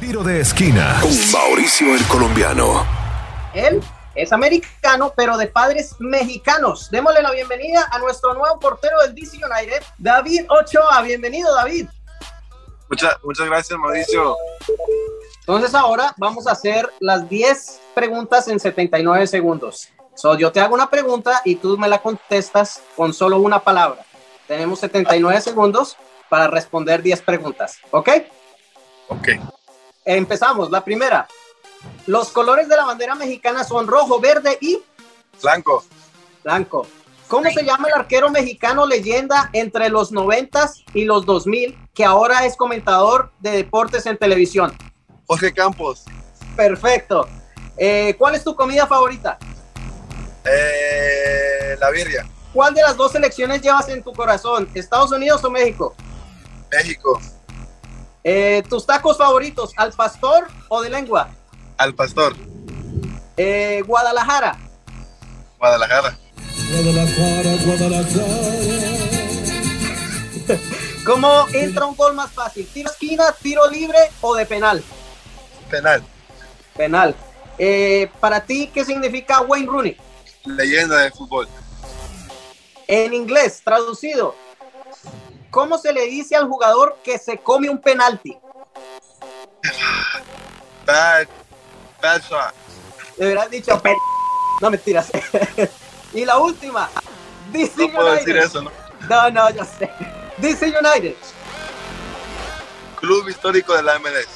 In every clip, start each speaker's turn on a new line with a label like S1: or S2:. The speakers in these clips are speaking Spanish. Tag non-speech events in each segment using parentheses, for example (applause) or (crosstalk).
S1: Tiro de esquina
S2: con Mauricio el colombiano.
S3: Él es americano, pero de padres mexicanos. Démosle la bienvenida a nuestro nuevo portero del DC United, David Ochoa. Bienvenido, David.
S4: Muchas, muchas gracias, Mauricio.
S3: Entonces ahora vamos a hacer las 10 preguntas en 79 segundos. So, yo te hago una pregunta y tú me la contestas con solo una palabra. Tenemos 79 segundos para responder 10 preguntas, ¿ok?
S4: Ok.
S3: Empezamos. La primera. Los colores de la bandera mexicana son rojo, verde y
S4: Blanco.
S3: blanco. ¿Cómo se llama el arquero mexicano leyenda entre los 90 y los 2000 que ahora es comentador de deportes en televisión?
S4: Jorge Campos.
S3: Perfecto. Eh, ¿Cuál es tu comida favorita?
S4: Eh, la Birria.
S3: ¿Cuál de las dos selecciones llevas en tu corazón, Estados Unidos o México?
S4: México.
S3: Eh, ¿Tus tacos favoritos, al pastor o de lengua?
S4: Al Pastor.
S3: Eh, Guadalajara.
S4: Guadalajara.
S5: Guadalajara, Guadalajara.
S3: ¿Cómo entra un gol más fácil? ¿Tiro esquina, tiro libre o de penal?
S4: Penal.
S3: Penal. Eh, Para ti, ¿qué significa Wayne Rooney?
S4: Leyenda de fútbol.
S3: En inglés, traducido. ¿Cómo se le dice al jugador que se come un penalti?
S4: Bad. Bad shot.
S3: Le hubieras dicho, "Pe- no mentiras. (laughs) y la última, DC
S4: No puedo decir
S3: United.
S4: eso, ¿no?
S3: No, no, yo sé. DC United.
S4: Club histórico de la MLS.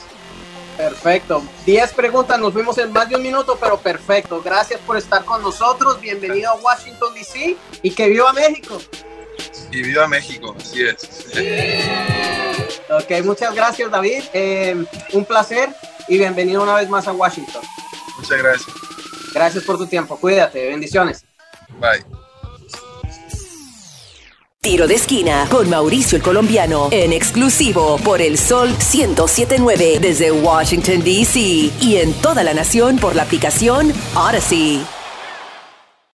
S3: Perfecto. 10 preguntas, nos fuimos en más de un minuto, pero perfecto. Gracias por estar con nosotros. Bienvenido a Washington, D.C. y que viva México.
S4: Y viva México, así es.
S3: Ok, muchas gracias, David. Eh, un placer y bienvenido una vez más a Washington.
S4: Muchas gracias.
S3: Gracias por tu tiempo. Cuídate. Bendiciones.
S4: Bye.
S6: Tiro de esquina con Mauricio el Colombiano en exclusivo por el Sol 1079 desde Washington, D.C. y en toda la nación por la aplicación Odyssey.